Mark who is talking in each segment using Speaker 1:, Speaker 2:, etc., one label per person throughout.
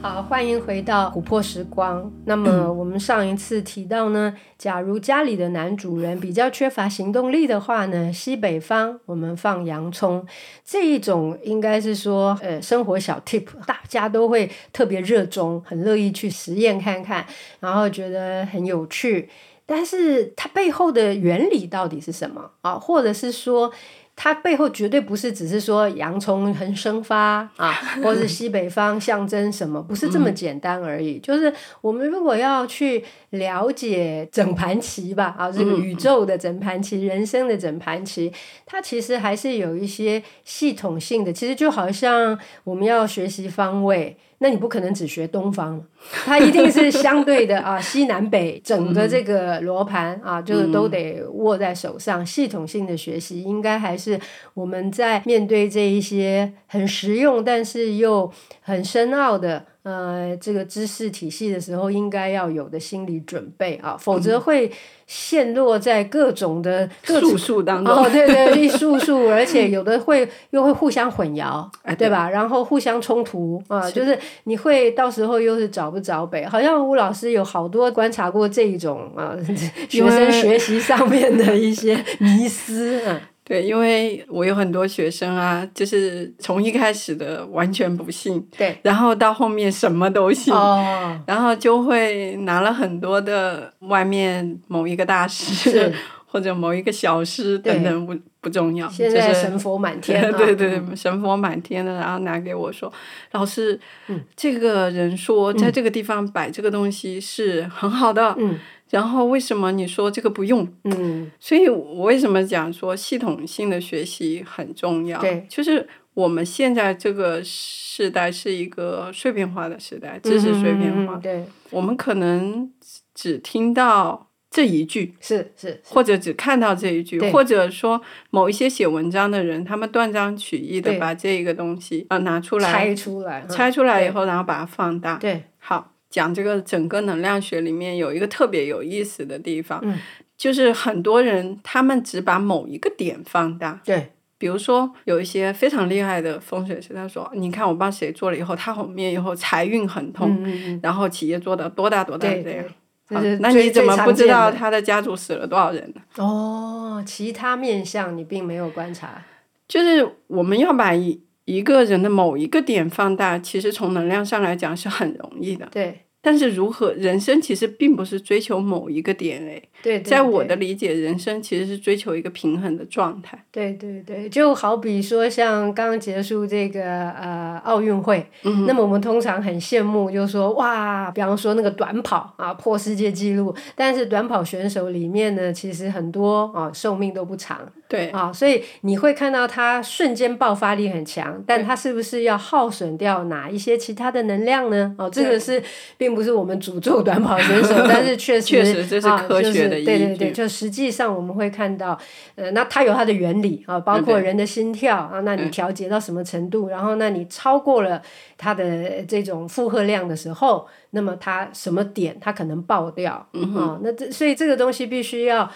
Speaker 1: 好，欢迎回到琥珀时光。那么我们上一次提到呢，假如家里的男主人比较缺乏行动力的话呢，西北方我们放洋葱这一种，应该是说呃生活小 tip，大家都会特别热衷，很乐意去实验看看，然后觉得很有趣。但是它背后的原理到底是什么啊？或者是说？它背后绝对不是只是说洋葱很生发啊，或是西北方象征什么，不是这么简单而已。就是我们如果要去了解整盘棋吧，啊，这个宇宙的整盘棋、人生的整盘棋，它其实还是有一些系统性的。其实就好像我们要学习方位。那你不可能只学东方，它一定是相对的 啊，西南北整个这个罗盘啊，就是都得握在手上。系统性的学习应该还是我们在面对这一些很实用但是又很深奥的呃这个知识体系的时候，应该要有的心理准备啊，否则会陷落在各种的各种
Speaker 2: 术数当中，
Speaker 1: 哦，对对，一束束，而且有的会又会互相混淆，
Speaker 2: 哎
Speaker 1: 对吧？然后互相冲突啊、就是你会到时候又是找不着北。好像吴老师有好多观察过这一种 啊、学生学习上面的一些迷思啊。
Speaker 2: 对，因为我有很多学生啊，就是从一开始的完全不信，
Speaker 1: 对，
Speaker 2: 然后到后面什么都信，
Speaker 1: 哦，
Speaker 2: 然后就会拿了很多的外面某一个大师
Speaker 1: 是
Speaker 2: 或者某一个小师等等，不不重要，
Speaker 1: 现在神佛满天、啊，
Speaker 2: 嗯 对对对，神佛满天的，然后拿给我说，老师，
Speaker 1: 嗯
Speaker 2: 这个人说在这个地方摆这个东西是很好的，
Speaker 1: 嗯
Speaker 2: 然后为什么你说这个不用？
Speaker 1: 嗯，
Speaker 2: 所以我为什么讲说系统性的学习很重要？
Speaker 1: 对，
Speaker 2: 就是我们现在这个时代是一个碎片化的时代，知识碎片化，
Speaker 1: 嗯嗯嗯对，
Speaker 2: 我们可能只听到这一句，
Speaker 1: 是是，
Speaker 2: 或者只看到这一句
Speaker 1: 对，
Speaker 2: 或者说某一些写文章的人，他们断章取义的
Speaker 1: 对
Speaker 2: 把这一个东西啊、呃拿出来
Speaker 1: 拆出来，嗯
Speaker 2: 拆出来以后，然后把它放大。
Speaker 1: 对，
Speaker 2: 好，讲这个整个能量学里面有一个特别有意思的地方，
Speaker 1: 嗯
Speaker 2: 就是很多人他们只把某一个点放大。
Speaker 1: 对，
Speaker 2: 比如说，有一些非常厉害的风水师，他说：“你看我帮谁做了以后，他后面以后财运很通，
Speaker 1: 嗯嗯
Speaker 2: 然后企业做的多大多
Speaker 1: 嗯，
Speaker 2: 大
Speaker 1: 对
Speaker 2: 这样。
Speaker 1: 对。
Speaker 2: 好
Speaker 1: 这是
Speaker 2: 那
Speaker 1: 最
Speaker 2: 你怎么不知？
Speaker 1: 最常
Speaker 2: 道
Speaker 1: 见的
Speaker 2: 他的家族死了多少人呢？
Speaker 1: 哦，其他面相你并没有观察，
Speaker 2: 就是我们要把一一个人的某一个点放大，其实从能量上来讲是很容易的。
Speaker 1: 对
Speaker 2: 但是如何人生其实并不是追求某一个点诶，
Speaker 1: 对，对
Speaker 2: 在我的理解，人生其实是追求一个平衡的状态。
Speaker 1: 对对对，就好比说像刚结束这个呃奥运会，
Speaker 2: 嗯
Speaker 1: 那么我们通常很羡慕，就说哇，比方说那个短跑啊破世界纪录，但是短跑选手里面呢，其实很多啊寿命都不长，
Speaker 2: 对，
Speaker 1: 啊，所以你会看到他瞬间爆发力很强，但他是不是要耗损掉哪一些其他的能量呢？哦，这个
Speaker 2: 对
Speaker 1: 是并不是我们诅咒短跑选手，但是确实
Speaker 2: 确实这是
Speaker 1: 啊
Speaker 2: 科学的
Speaker 1: 就是对对
Speaker 2: 依
Speaker 1: 对，
Speaker 2: 据
Speaker 1: 就实际上我们会看到，呃，那它有它的原理啊，包
Speaker 2: 嗯
Speaker 1: 括
Speaker 2: 对
Speaker 1: 人的心跳啊，那你
Speaker 2: 嗯
Speaker 1: 调节到什么程度，然后那你超过了它的这种负荷量的时候，那么它什么点它可能爆掉，嗯、啊，那这所以这个东西必须要。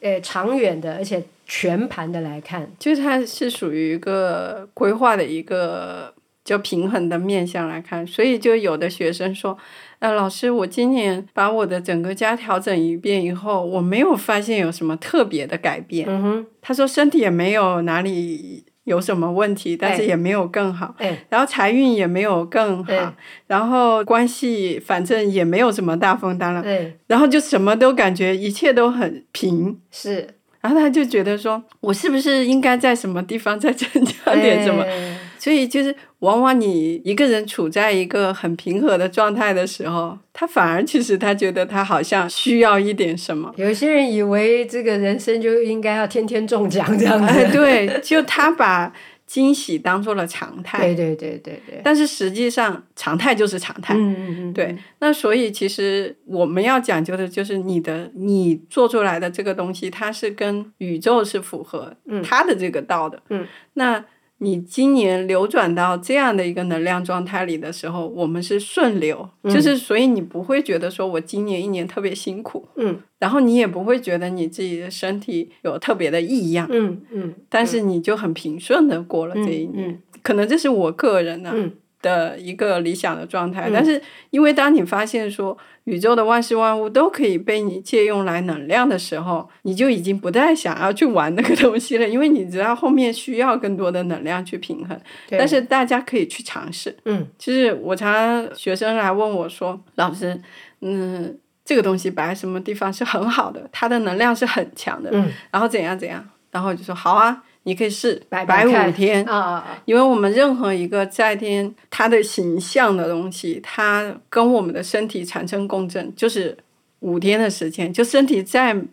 Speaker 1: 呃，长远的，而且全盘的来看，
Speaker 2: 就是它是属于一个规划的一个较平衡的面向来看，所以就有的学生说，呃，老师，我今年把我的整个家调整一遍以后，我没有发现有什么特别的改变。
Speaker 1: 嗯哼，
Speaker 2: 他说身体也没有哪里有什么问题，但是也没有更好。
Speaker 1: 哎，
Speaker 2: 然后财运也没有更好，
Speaker 1: 哎
Speaker 2: 然后关系反正也没有什么大风大浪，
Speaker 1: 对，
Speaker 2: 然后就什么都感觉一切都很平，
Speaker 1: 是
Speaker 2: 然后他就觉得说，我是不是应该在什么地方再增加 点什么？
Speaker 1: 哎
Speaker 2: 所以就是，往往你一个人处在一个很平和的状态的时候，他反而其实他觉得他好像需要一点什么。
Speaker 1: 有些人以为这个人生就应该要天天中奖这样
Speaker 2: 哎，
Speaker 1: 子，
Speaker 2: 对，就他把惊喜当做了常
Speaker 1: 对
Speaker 2: 态。
Speaker 1: 对对对对，
Speaker 2: 但是实际上，常态就是常态。
Speaker 1: 嗯嗯嗯，
Speaker 2: 对，那所以其实我们要讲究的就是你的你做出来的这个东西，它是跟宇宙是符合
Speaker 1: 嗯
Speaker 2: 它的这个道的。
Speaker 1: 嗯，
Speaker 2: 那你今年流转到这样的一个能量状态里的时候，我们是顺流，
Speaker 1: 嗯
Speaker 2: 就是所以你不会觉得说我今年一年特别辛苦，
Speaker 1: 嗯
Speaker 2: 然后你也不会觉得你自己的身体有特别的异样，
Speaker 1: 嗯嗯，
Speaker 2: 但是你就很平顺的过了
Speaker 1: 嗯
Speaker 2: 这一年。
Speaker 1: 嗯
Speaker 2: 可能这是我个人呢、
Speaker 1: 嗯
Speaker 2: 的一个理想的状态。
Speaker 1: 嗯
Speaker 2: 但是，因为当你发现说宇宙的万事万物都可以被你借用来能量的时候，你就已经不太想要去玩那个东西了，因为你知道后面需要更多的能量去平衡。
Speaker 1: 对
Speaker 2: 但是大家可以去尝试。
Speaker 1: 嗯，
Speaker 2: 就是我常常学生来问我说：“老师，嗯，这个东西摆在什么地方是很好的，它的能量是很强的，
Speaker 1: 嗯
Speaker 2: 然后怎样怎样。”然后我就说：“好啊，你可以试
Speaker 1: 摆摆
Speaker 2: 摆五
Speaker 1: 看
Speaker 2: 天。”
Speaker 1: 啊啊啊，
Speaker 2: 因为我们任何一个在天，它的形象的东西，它跟我们的身体产生共振，就是五天的时间，就身体再嗯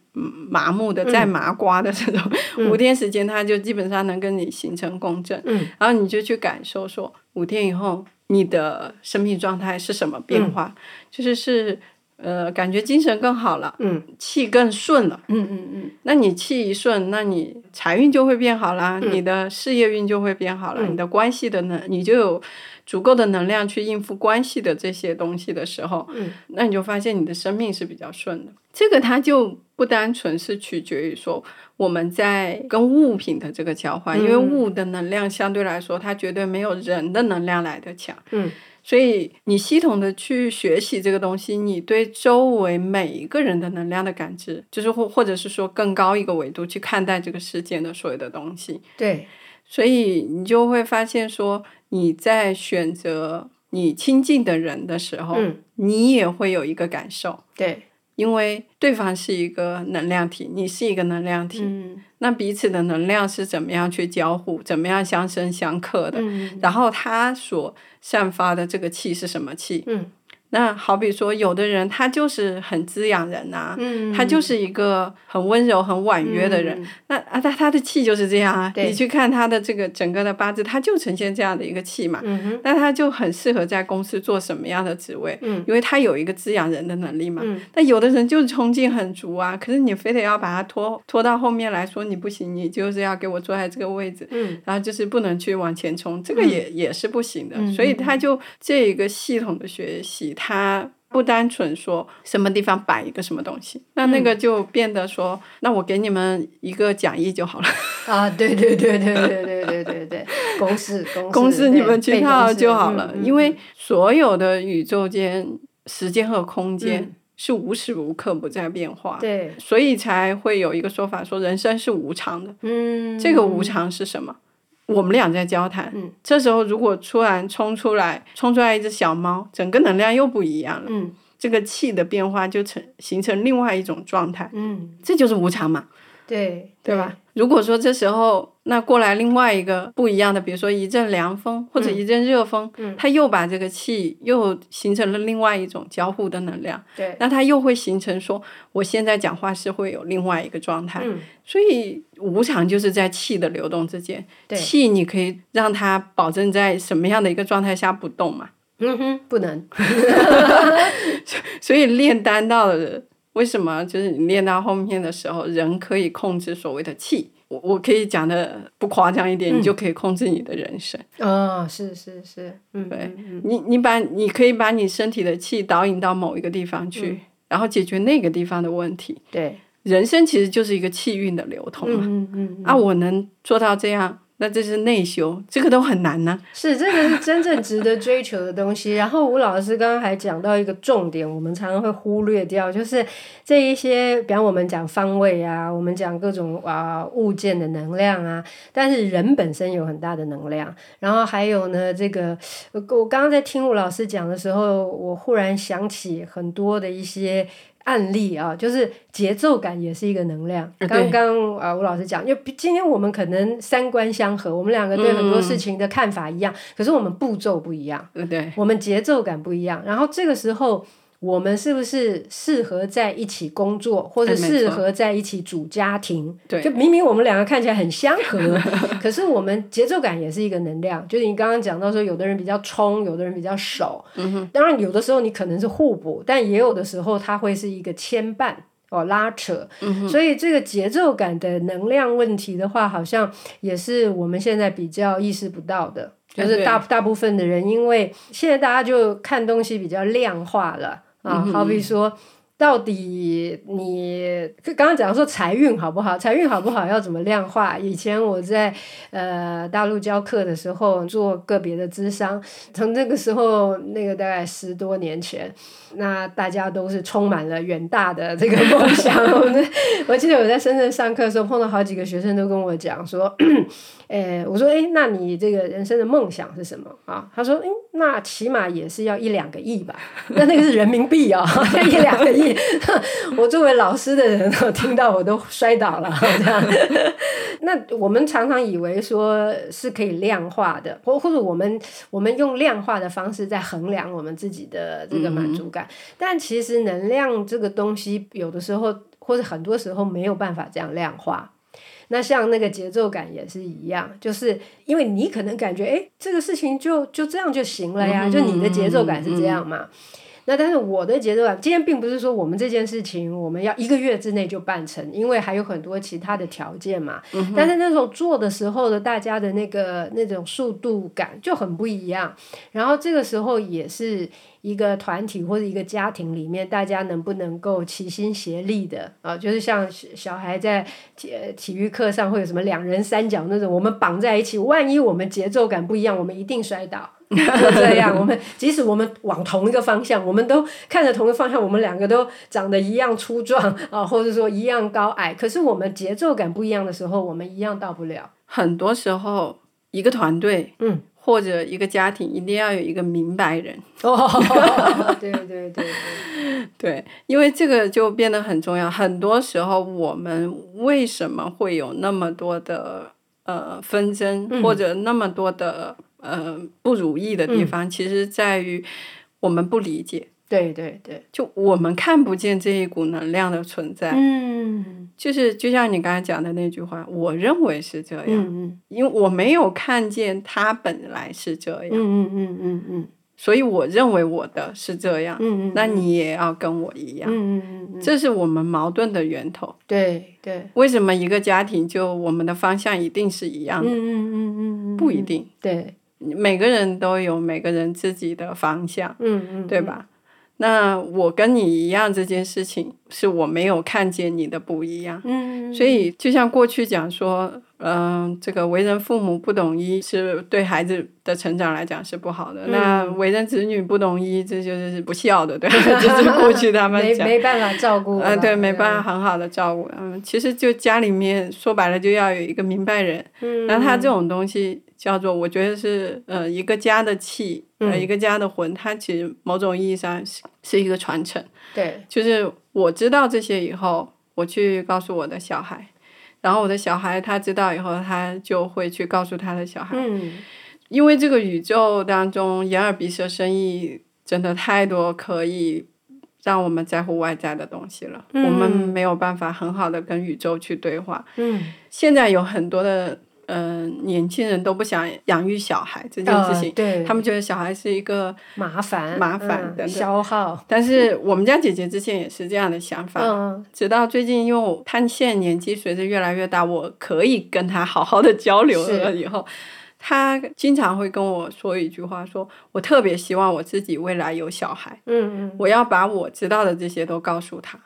Speaker 2: 麻木
Speaker 1: 嗯
Speaker 2: 的、再麻瓜的这种， 五天时间，它就基本上能跟你形成共振。
Speaker 1: 嗯，
Speaker 2: 然后你就去感受说，五天以后你的生命状态是什么变化，就是是呃，感觉精神更好了，
Speaker 1: 嗯
Speaker 2: 气更顺了。
Speaker 1: 嗯嗯嗯
Speaker 2: 那你气一顺，那你财运就会变好啦，
Speaker 1: 嗯
Speaker 2: 你的事业运就会变好了，你的关系的能，你就有足够的能量去应付关系的这些东西的时候，
Speaker 1: 嗯
Speaker 2: 那你就发现你的生命是比较顺的。这个它就不单纯是取决于说我们在跟物品的这个交
Speaker 1: 嗯
Speaker 2: 换，因为物的能量相对来说，它绝对没有人的能量来的强。
Speaker 1: 嗯
Speaker 2: 所以你系统的去学习这个东西，你对周围每一个人的能量的感知，就是或或者是说更高一个维度去看待这个世界的所有的东西，
Speaker 1: 对，
Speaker 2: 所以你就会发现说你在选择你亲近的人的时候，
Speaker 1: 嗯
Speaker 2: 你也会有一个感受。
Speaker 1: 对，
Speaker 2: 因为对方是一个能量体，你是一个能量体，
Speaker 1: 嗯
Speaker 2: 那彼此的能量是怎么样去交互，怎么样相生相克的？
Speaker 1: 嗯
Speaker 2: 然后他所散发的这个气是什么气？
Speaker 1: 嗯
Speaker 2: 那好比说，有的人他就是很滋养人呐、
Speaker 1: 嗯，
Speaker 2: 啊他就是一个很温柔、很婉约的人。那啊，他他的气就是这样啊。
Speaker 1: 对
Speaker 2: 你去看他的这个整个的八字，他就呈现这样的一个气嘛。
Speaker 1: 嗯哼
Speaker 2: 那他就很适合在公司做什么样的职位？
Speaker 1: 嗯，
Speaker 2: 因为他有一个滋养人的能力嘛。
Speaker 1: 嗯
Speaker 2: 那有的人就是冲劲很足啊，可是你非得要把他拖拖到后面来说你不行，你就是要给我坐在这个位置。
Speaker 1: 嗯
Speaker 2: 然后就是不能去往前冲，这个也、也是不行的。
Speaker 1: 嗯
Speaker 2: 所以他就这一个系统的学习，它不单纯说什么地方摆一个什么东西，那那
Speaker 1: 嗯
Speaker 2: 个就变得说，那我给你们一个讲义就好了，
Speaker 1: 啊，对对对对对对对对对，公式公式
Speaker 2: 公司你
Speaker 1: 对
Speaker 2: 们去
Speaker 1: 背公
Speaker 2: 套
Speaker 1: 式
Speaker 2: 就
Speaker 1: 嗯
Speaker 2: 好了，
Speaker 1: 嗯
Speaker 2: 因为所有的宇宙间时间和空间。
Speaker 1: 嗯
Speaker 2: 是无时无刻不在变化，
Speaker 1: 对，
Speaker 2: 所以才会有一个说法说人生是无常的。
Speaker 1: 嗯，
Speaker 2: 这个无常是什么？我们俩在交谈，
Speaker 1: 嗯
Speaker 2: 这时候如果突然冲出来，冲出来一只小猫，整个能量又不一样了，
Speaker 1: 嗯
Speaker 2: 这个气的变化就成形成另外一种状态，
Speaker 1: 嗯，
Speaker 2: 这就是无常嘛，
Speaker 1: 对
Speaker 2: 对吧？？如果说这时候那过来另外一个不一样的，比如说一阵凉风或者一阵热风，
Speaker 1: 嗯
Speaker 2: 它又把这个气又形成了另外一种交互的能量，
Speaker 1: 对，
Speaker 2: 那它又会形成说，我现在讲话是会有另外一个状态，
Speaker 1: 嗯
Speaker 2: 所以无常就是在气的流动之间，
Speaker 1: 对
Speaker 2: 气你可以让它保证在什么样的一个状态下不动嘛。
Speaker 1: 嗯哼，不能，
Speaker 2: 所以练丹道的人，为什么就是你练到后面的时候，人可以控制所谓的气？我我可以讲的不夸张一点，
Speaker 1: 嗯
Speaker 2: 你就可以控制你的人生。
Speaker 1: 啊，是是是，嗯，对，嗯
Speaker 2: 你你把你可以把你身体的气导引到某一个地方去，
Speaker 1: 嗯
Speaker 2: 然后解决那个地方的问题。
Speaker 1: 对，
Speaker 2: 人生其实就是一个气运的流通嘛。
Speaker 1: 嗯嗯
Speaker 2: 啊，我能做到这样，那这是内修，这个都很难呢、
Speaker 1: 嗯， 是这个是真正值得追求的东西。然后吴老师刚刚还讲到一个重点，我们常常会忽略掉，就是这一些，比方我们讲方位啊，我们讲各种啊、物件的能量啊，但是人本身有很大的能量。然后还有呢，这个呃我刚刚在听吴老师讲的时候，我忽然想起很多的一些。案例啊，就是节奏感也是一个能量。
Speaker 2: 对
Speaker 1: 刚刚啊，吴老师讲，因为今天我们可能三观相合，我们两个对很
Speaker 2: 嗯
Speaker 1: 多事情的看法一样，可是我们步骤不一样，
Speaker 2: 呃对不对？
Speaker 1: 我们节奏感不一样。然后这个时候，我们是不是适合在一起工作，或者
Speaker 2: 哎没错
Speaker 1: 适合在一起组家庭？
Speaker 2: 对
Speaker 1: 就明明我们两个看起来很相合，可是我们节奏感也是一个能量。就是你刚刚讲到说，有的人比较冲，有的人比较守。嗯、当然，有的时候你可能是互补，但也有的时候它会是一个牵绊。哦，拉扯，所以这个节奏感的能量问题的话，好像也是我们现在比较意识不到的。就
Speaker 2: 对
Speaker 1: 是大大部分的人，因为现在大家就看东西比较量化了啊，好比说。到底你刚刚讲说财运好不好？财运好不好要怎么量化？以前我在呃大陆教课的时候做个别的咨商，从那个时候那个大概十多年前，那大家都是充满了远大的这个梦想。我们我记得我在深圳上课的时候，碰到好几个学生都跟我讲说， 诶，我说，诶，那你这个人生的梦想是什么啊？他说，诶，那起码也是要一两个亿吧？ 那那个是人民币哦， 一两个亿。 我作为老师的人，我听到我都摔倒了。这样， 那我们常常以为说是可以量化的，或或者我们我们用量化的方式在衡量我们自己的这个满足感，但其实能量这个东西，有的时候或者很多时候没有办法这样量化。那像那个节奏感也是一样，就是因为你可能感觉，哎，这个事情就就这样就行了呀，就你的节奏感是这样嘛。那但是我的节奏感，今天并不是说我们这件事情我们要一个月之内就办成，因为还有很多其他的条件嘛。但是那种做的时候的大家的那个那种速度感就很不一样。然后这个时候也是一个团体或者一个家庭里面，大家能不能够齐心协力的啊、就是像小小孩在体呃体育课上会有什么两人三角那种，我们绑在一起，万一我们节奏感不一样，我们一定摔倒。 就这样，我们即使我们往同一个方向，我们都看着同一个方向，我们两个都长得一样粗壮啊，或者说一样高矮，可是我们节奏感不一样的时候，我们一样到不了。
Speaker 2: 很多时候一个团队，
Speaker 1: 嗯，
Speaker 2: 或者一个家庭，一定要有一个明白人，
Speaker 1: 哦， 对对对对，
Speaker 2: 对，因为这个就变得很重要。很多时候，我们为什么会有那么多的呃纷争，
Speaker 1: 嗯
Speaker 2: 或者那么多的呃不如意的
Speaker 1: 嗯
Speaker 2: 地方，其实在于我们不理解，
Speaker 1: 对对对，
Speaker 2: 就我们看不见这一股能量的存在。
Speaker 1: 嗯
Speaker 2: 就是就像你刚才讲的那句话，我认为是这样，
Speaker 1: 嗯
Speaker 2: 因为我没有看见它本来是这样。
Speaker 1: 嗯嗯嗯嗯嗯
Speaker 2: 所以我认为我的是这样，
Speaker 1: 嗯嗯
Speaker 2: 那你也要跟我一样，
Speaker 1: 嗯嗯嗯，
Speaker 2: 这是我们矛盾的源头。
Speaker 1: 对对，
Speaker 2: 为什么一个家庭就我们的方向一定是一样
Speaker 1: 嗯
Speaker 2: 的？
Speaker 1: 嗯嗯嗯，
Speaker 2: 不一，定，
Speaker 1: 对，
Speaker 2: 每个人都有每个人自己的方向，
Speaker 1: 嗯嗯，
Speaker 2: 对？吧？那我跟你一样这件事情，是我没有看见你的不一样。
Speaker 1: 嗯，
Speaker 2: 所以，就像过去讲说，嗯、这个为人父母不懂医是对孩子的成长来讲是不好的。
Speaker 1: 嗯
Speaker 2: 那为人子女不懂医，这就是不孝的，对 吧？这是过去他们
Speaker 1: 没
Speaker 2: 讲。
Speaker 1: 没办法照顾，
Speaker 2: 嗯，对，没办
Speaker 1: 法，
Speaker 2: 法很好的照顾。嗯，其实就家里面说白了就要有一个明白人。
Speaker 1: 嗯，
Speaker 2: 那他这种东西叫做，我觉得是呃一个家的气，呃一个家的魂，它其实某种意义上是是一个传承。
Speaker 1: 对，
Speaker 2: 就是我知道这些以后，我去告诉我的小孩，然后我的小孩他知道以后，他就会去告诉他的小孩，
Speaker 1: 嗯
Speaker 2: 因为这个宇宙当中眼耳鼻舌身意真的太多可以让我们在乎外在的东西了，
Speaker 1: 嗯
Speaker 2: 我们没有办法很好的跟宇宙去对话。
Speaker 1: 嗯，
Speaker 2: 现在有很多的呃年轻人都不想养育小孩这件事情，
Speaker 1: 呃对，
Speaker 2: 他们觉得小孩是一个，
Speaker 1: 麻烦消耗，
Speaker 2: 但是我们家姐姐之前也是这样的想法，
Speaker 1: 嗯
Speaker 2: 直到最近，因为我看现在年纪随着越来越大，我可以跟他好好的交流
Speaker 1: 是
Speaker 2: 了以后，他经常会跟我说一句话说我特别希望我自己未来有小孩，
Speaker 1: 嗯
Speaker 2: 我要把我知道的这些都告诉他，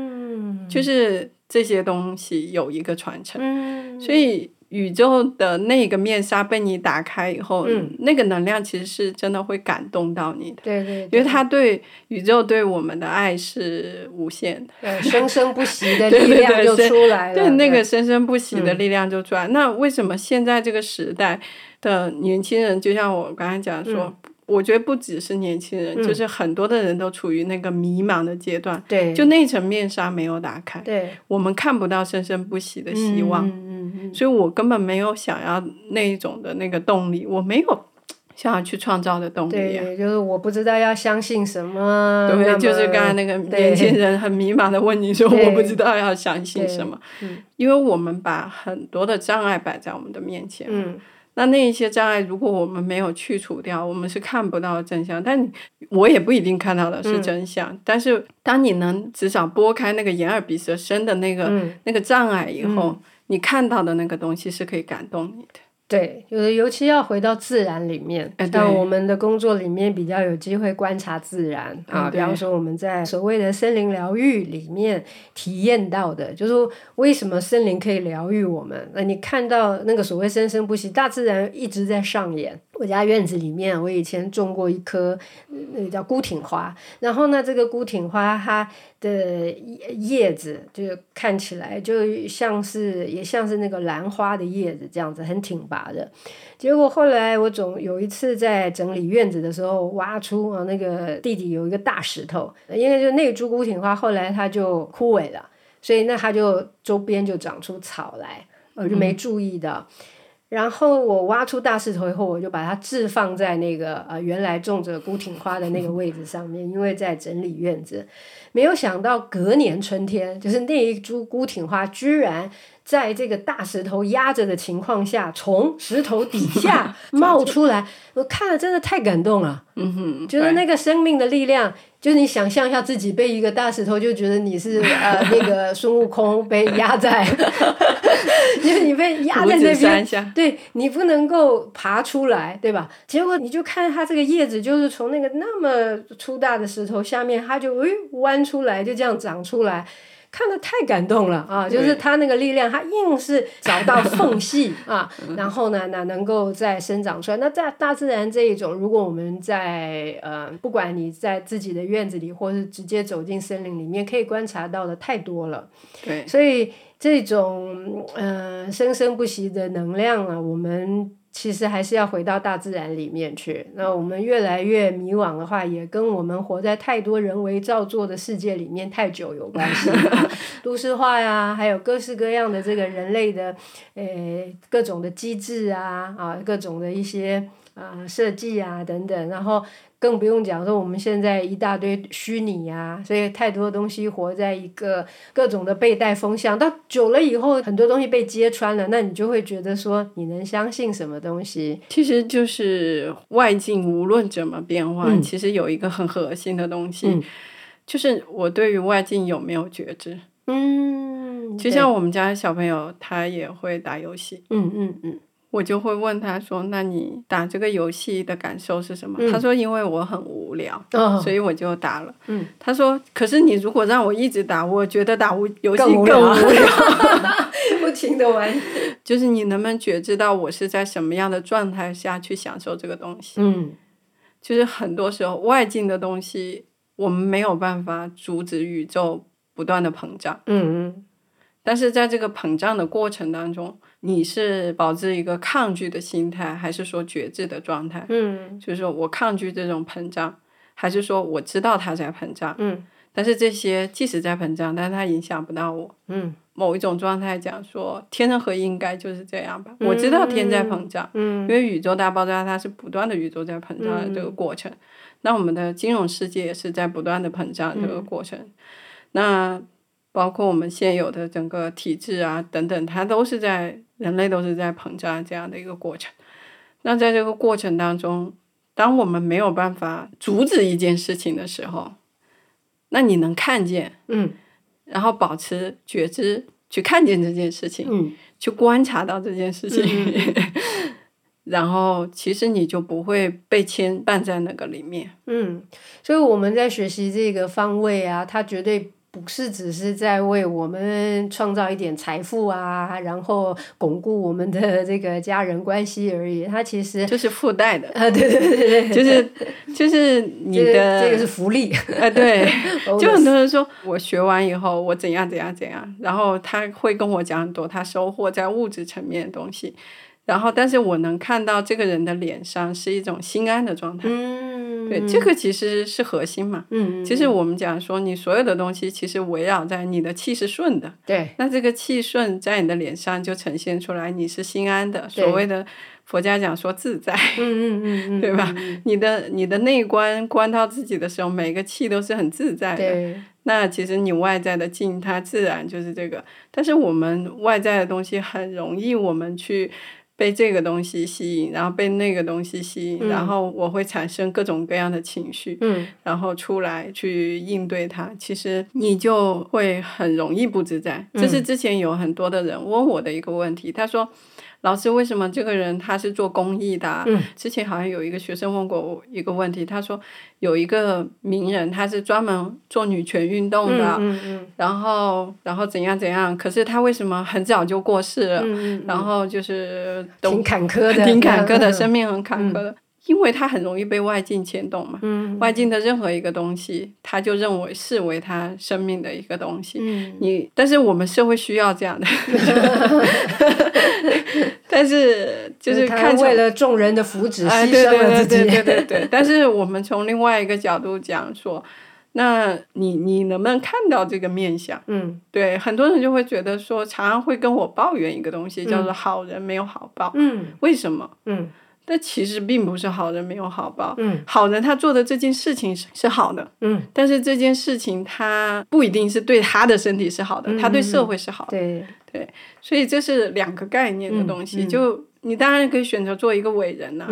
Speaker 1: 嗯
Speaker 2: 就是这些东西有一个传承。
Speaker 1: 嗯，
Speaker 2: 所以宇宙的那个面纱被你打开以后，
Speaker 1: 嗯
Speaker 2: 那个能量其实是真的会感动到你的，
Speaker 1: 对对，
Speaker 2: 因为他对宇宙对我们的爱是无限的。
Speaker 1: 生生不息的力量就出来了，嗯
Speaker 2: 对，那个生生不息的力量就出来。那为什么现在这个时代的年轻人，就像我刚才讲说，
Speaker 1: 嗯
Speaker 2: 我觉得不只是年轻人，就是很多的人都处于那个迷茫的阶段，
Speaker 1: 对，
Speaker 2: 就那层面纱没有打开，
Speaker 1: 对
Speaker 2: 我们看不到生生不息的希望，
Speaker 1: 嗯嗯嗯，
Speaker 2: 所以我根本没有想要那一种的那个动力，我没有。想要去创造的动力呀、
Speaker 1: 对，就是我不知道要相信什么。嗯那
Speaker 2: 对，
Speaker 1: 么
Speaker 2: 就是刚才那个
Speaker 1: 对
Speaker 2: 年轻人很迷茫的问你说：“
Speaker 1: 对
Speaker 2: 我不知道要相信
Speaker 1: 对
Speaker 2: 什么。
Speaker 1: 嗯”
Speaker 2: 因为我们把很多的障碍摆在我们的面前，
Speaker 1: 嗯，
Speaker 2: 那那一些障碍如果我们没有去除掉，我们是看不到真相。但你我也不一定看到的是真相，
Speaker 1: 嗯
Speaker 2: 但是当你能至少拨开那个眼耳鼻舌身的那个、
Speaker 1: 嗯
Speaker 2: 那个障碍以后，你看到的那个东西是可以感动你的。
Speaker 1: 对，就是尤其要回到自然里面
Speaker 2: 哎，
Speaker 1: 像
Speaker 2: 对
Speaker 1: 我们的工作里面比较有机会观察自然啊，
Speaker 2: 嗯
Speaker 1: 比
Speaker 2: 对
Speaker 1: 方说我们在所谓的森林疗愈里面体验到的，就是为什么森林可以疗愈我们？那你看到那个所谓生生不息，大自然一直在上演。我家院子里面，我以前种过一棵呃那个叫孤挺花，然后呢，这个孤挺花它的叶叶子就是看起来就像是也像是那个兰花的叶子这样子，很挺拔的。结果后来我总有一次在整理院子的时候，挖出啊那个地底有一个大石头，因为就那株孤挺花后来它就枯萎了，所以那它就周边就长出草来，我就没注意到。然后我挖出大石头以后，我就把它置放在那个呃原来种着孤挺花的那个位置上面，因为在整理院子。没有想到隔年春天，就是那一株孤挺花居然在这个大石头压着的情况下，从石头底下冒出来，我看了真的太感动了。
Speaker 2: 嗯哼，
Speaker 1: 觉得那个生命的力量，就是你想象一下自己被一个大石头，就觉得你是呃那个孙悟空被压在， 就是你被压在
Speaker 2: 五
Speaker 1: 那
Speaker 2: 指山
Speaker 1: 边。
Speaker 2: 下，
Speaker 1: 对你不能够爬出来，对吧？结果你就看它这个叶子，就是从那个那么粗大的石头下面，它就诶弯出来，就这样长出来，看得太感动了啊！就是
Speaker 2: 对
Speaker 1: 它那个力量，它硬是找到缝隙 啊，然后呢，那能够再生长出来。那大大自然这一种，如果我们在呃，不管你在自己的院子里，或是直接走进森林里面，可以观察到的太多了。
Speaker 2: 对
Speaker 1: 所以这种呃生生不息的能量啊，我们其实还是要回到大自然里面去。那我们越来越迷惘的话，也跟我们活在太多人为造作的世界里面太久有关系。都市化呀、还有各式各样的这个人类的呃各种的机制啊啊，各种的一些啊、设计啊等等，然后更不用讲说我们现在一大堆虚拟啊，所以太多东西活在一个各种的被带风向，到久了以后，很多东西被揭穿了，那你就会觉得说你能相信什么东西？
Speaker 2: 其实就是外境无论怎么变化，
Speaker 1: 嗯
Speaker 2: 其实有一个很核心的东西，
Speaker 1: 嗯
Speaker 2: 就是我对于外境有没有觉知。
Speaker 1: 嗯，
Speaker 2: 就像我们家小朋友，他也会打游戏，
Speaker 1: 对嗯嗯嗯
Speaker 2: 我就会问他说：“那你打这个游戏的感受是什么？”
Speaker 1: 嗯
Speaker 2: 他说：“因为我很无聊，
Speaker 1: 哦
Speaker 2: 所以我就打了。”
Speaker 1: 嗯，
Speaker 2: 他说：“可是你如果让我一直打，我觉得打无游戏
Speaker 1: 更
Speaker 2: 更
Speaker 1: 无
Speaker 2: 无
Speaker 1: 聊
Speaker 2: 聊。
Speaker 1: 不停的 玩，
Speaker 2: 就是你能不能觉知到我是在什么样的状态下去享受这个东西？
Speaker 1: 嗯
Speaker 2: 就是很多时候外境的东西，我们没有办法阻止宇宙不断的膨胀。”
Speaker 1: 嗯嗯，
Speaker 2: 但是在这个膨胀的过程当中，你是保持一个抗拒的心态，还是说觉知的状态？
Speaker 1: 嗯
Speaker 2: 就是说我抗拒这种膨胀，还是说我知道它在膨胀？
Speaker 1: 嗯，
Speaker 2: 但是这些即使在膨胀，但是它影响不到我。
Speaker 1: 嗯
Speaker 2: 某一种状态讲说，天人合一应该就是这样吧？我知道天在膨胀，
Speaker 1: 嗯
Speaker 2: 因为宇宙大爆炸它是不断的宇宙在膨胀的这个过程，那我们的金融世界也是在不断的膨胀这个过程，那包括我们现有的整个体制啊等等，它都是在人类都是在膨胀这样的一个过程。那在这个过程当中，当我们没有办法阻止一件事情的时候，那你能看见，
Speaker 1: 嗯
Speaker 2: 然后保持觉知去看见这件事情。
Speaker 1: 嗯
Speaker 2: 去观察到这件事情， 然后其实你就不会被牵绊在那个里面。
Speaker 1: 嗯，所以我们在学习这个方位啊，它绝对不是只是在为我们创造一点财富啊，然后巩固我们的这个家人关系而已。它其实
Speaker 2: 这是附 带的，
Speaker 1: 啊，对对对对，
Speaker 2: 就是就是你
Speaker 1: 这
Speaker 2: 的
Speaker 1: 这个是福利，
Speaker 2: 哎，对，就
Speaker 1: 就
Speaker 2: 很多人说我学完以后我怎样怎样怎样，然后他会跟我讲很多他收获在物质层面的东西，然后但是我能看到这个人的脸上是一种心安的状态。
Speaker 1: 嗯
Speaker 2: 对，这个其实是核心嘛。
Speaker 1: 嗯，
Speaker 2: 其实我们讲说，你所有的东西其实围绕在你的气是顺的，
Speaker 1: 对，
Speaker 2: 那这个气顺在你的脸上就呈现出来，你是心安的。
Speaker 1: 对
Speaker 2: 所谓的佛家讲说自在，
Speaker 1: 嗯嗯嗯嗯，
Speaker 2: 对吧
Speaker 1: 嗯？
Speaker 2: 你的你的内观观到自己的时候，每个气都是很自在的。
Speaker 1: 对，
Speaker 2: 那其实你外在的静，它自然就是这个。但是我们外在的东西很容易，我们去被这个东西吸引，然后被那个东西吸引，
Speaker 1: 嗯
Speaker 2: 然后我会产生各种各样的情绪，
Speaker 1: 嗯，
Speaker 2: 然后出来去应对它。其实你就会很容易不自在。这
Speaker 1: 嗯
Speaker 2: 是之前有很多的人问我的一个问题，他说。老师，为什么这个人他是做公益的、啊？
Speaker 1: 嗯
Speaker 2: 之前好像有一个学生问过我一个问题，他说有一个名人，他是专门做女权运动的，
Speaker 1: 嗯嗯
Speaker 2: 然后然后怎样怎样，可是他为什么很早就过世了？
Speaker 1: 嗯嗯，
Speaker 2: 然后就是
Speaker 1: 嗯挺坎坷的，
Speaker 2: 挺坎坷的，
Speaker 1: 嗯
Speaker 2: 生命很坎坷的，因为他很容易被外境牵动嘛。
Speaker 1: 嗯
Speaker 2: 外境的任何一个东西，他就认为视为他生命的一个东西。
Speaker 1: 嗯
Speaker 2: 你，但是我们社会需要 这样的，但是就是
Speaker 1: 他
Speaker 2: 看起来
Speaker 1: 为了众人的福祉
Speaker 2: 哎，
Speaker 1: 牺
Speaker 2: 对
Speaker 1: 牲了
Speaker 2: 对对
Speaker 1: 自己，
Speaker 2: 对对对对。 但是我们从另外一个角度讲说，那你你能不能看到这个面相？
Speaker 1: 嗯
Speaker 2: 对，很多人就会觉得说，常常会跟我抱怨一个东西，叫做好人没有好报。
Speaker 1: 嗯
Speaker 2: 为什么？
Speaker 1: 嗯
Speaker 2: 但其实并不是好人没有好报。
Speaker 1: 嗯
Speaker 2: 好人他做的这件事情是是好的，
Speaker 1: 嗯，
Speaker 2: 但是这件事情他不一定是对他的身体是好的，
Speaker 1: 嗯
Speaker 2: 他对
Speaker 1: 嗯
Speaker 2: 社会是好的。
Speaker 1: 对，
Speaker 2: 所以这是两个概念的东
Speaker 1: 嗯
Speaker 2: 西。
Speaker 1: 嗯
Speaker 2: 就你当然可以选择做一个伟人呐、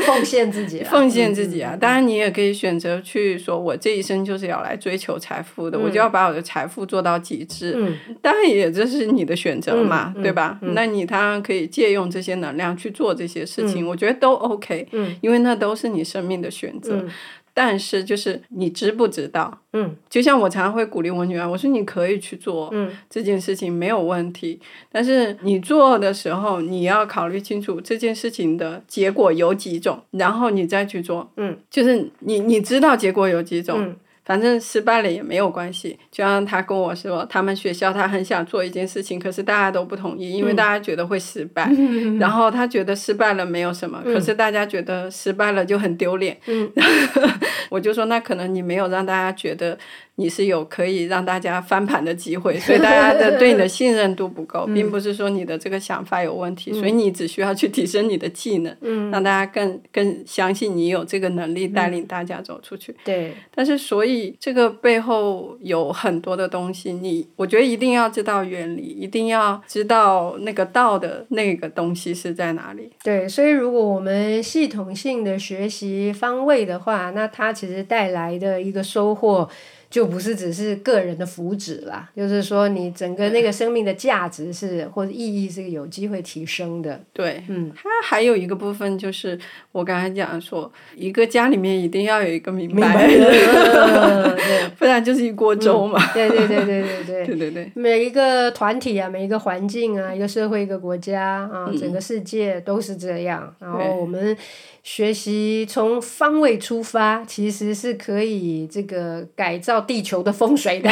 Speaker 1: 奉献自己啊，
Speaker 2: 奉献自己啊！当然，你也可以选择去说，我这一生就是要来追求财富的，我就要把我的财富做到极致。
Speaker 1: 嗯
Speaker 2: 当然，也这是你的选择嘛，
Speaker 1: 嗯嗯
Speaker 2: 对吧？那你当然可以借用这些能量去做这些事情，我觉得都 OK，、
Speaker 1: 嗯
Speaker 2: 因为那都是你生命的选择。
Speaker 1: 嗯
Speaker 2: 但是，就是你知不知道？
Speaker 1: 嗯
Speaker 2: 就像我常常会鼓励我女儿，我说你可以去做
Speaker 1: 嗯
Speaker 2: 这件事情，没有问题。但是你做的时候，你要考虑清楚这件事情的结果有几种，然后你再去做。
Speaker 1: 嗯，
Speaker 2: 就是你你知道结果有几种，
Speaker 1: 嗯
Speaker 2: 反正失败了也没有关系。就像他跟我说，他们学校他很想做一件事情，可是大家都不同意，
Speaker 1: 嗯
Speaker 2: 因为大家觉得会失败。 然后他觉得失败了没有什么，可是大家觉得失败了就很丢脸。
Speaker 1: 嗯
Speaker 2: 我就说，那可能你没有让大家觉得你是有可以让大家翻盘的机会，所以大家的对你的信任度不够，并不是说你的这个想法有问题，所以你只需要去提升你的技能，
Speaker 1: 嗯，
Speaker 2: 让大家更更相信你有这个能力带领大家走出去。
Speaker 1: 对，
Speaker 2: 但是，所以这个背后有很多的东西，你我觉得一定要知道原理，一定要知道那个道的那个东西是在哪里。
Speaker 1: 对，所以如果我们系统性的学习方位的话，那它其实带来的一个收获，就不是只是个人的福祉啦，就是说你整个那个生命的价值是或者意义是有机会提升的。
Speaker 2: 对，
Speaker 1: 嗯，
Speaker 2: 它还有一个部分就是我刚才讲说，一个家里面一定要有一个明白
Speaker 1: 白
Speaker 2: 人，
Speaker 1: 嗯对
Speaker 2: 不然就是一锅粥嘛。
Speaker 1: 对对对对对对。
Speaker 2: 对对对，
Speaker 1: 每一个团体啊，每一个环境啊，一个社会，一个国家啊，整个世界都是这样。然后
Speaker 2: 嗯对
Speaker 1: 我们学习从方位出发，其实是可以这个改造地球的风水 的，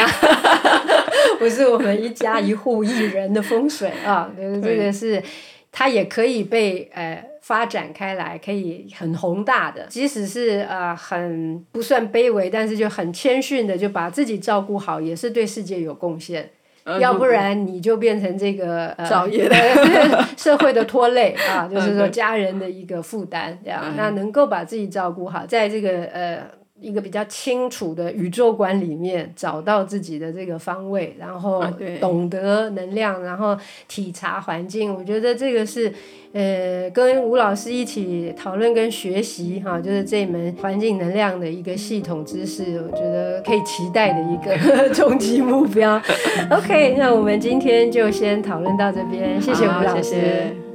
Speaker 1: 不是我们一家一户一人的风水啊。对，这
Speaker 2: 对
Speaker 1: 个是它也可以被呃。发展开来可以很宏大的，即使是呃很不算卑微，但是就很谦逊的，就把自己照顾好，也是对世界有贡献。
Speaker 2: 嗯
Speaker 1: 要不然你就变成这个呃
Speaker 2: 造业 嗯
Speaker 1: 社会的拖累啊，就是说
Speaker 2: 对
Speaker 1: 家人的一个负担，这样、
Speaker 2: 嗯
Speaker 1: 那能够把自己照顾好，在这个呃一个比较清楚的宇宙观里面找到自己的这个方位，然后
Speaker 2: 啊对
Speaker 1: 懂得能量，然后体察环境，我觉得这个是呃跟吴老师一起讨论跟学习哈、就是这门环境能量的一个系统知识，我觉得可以期待的一个 终极目标。OK，那我们今天就先讨论到这边，谢谢吴
Speaker 2: 好
Speaker 1: 老师。
Speaker 2: 啊谢谢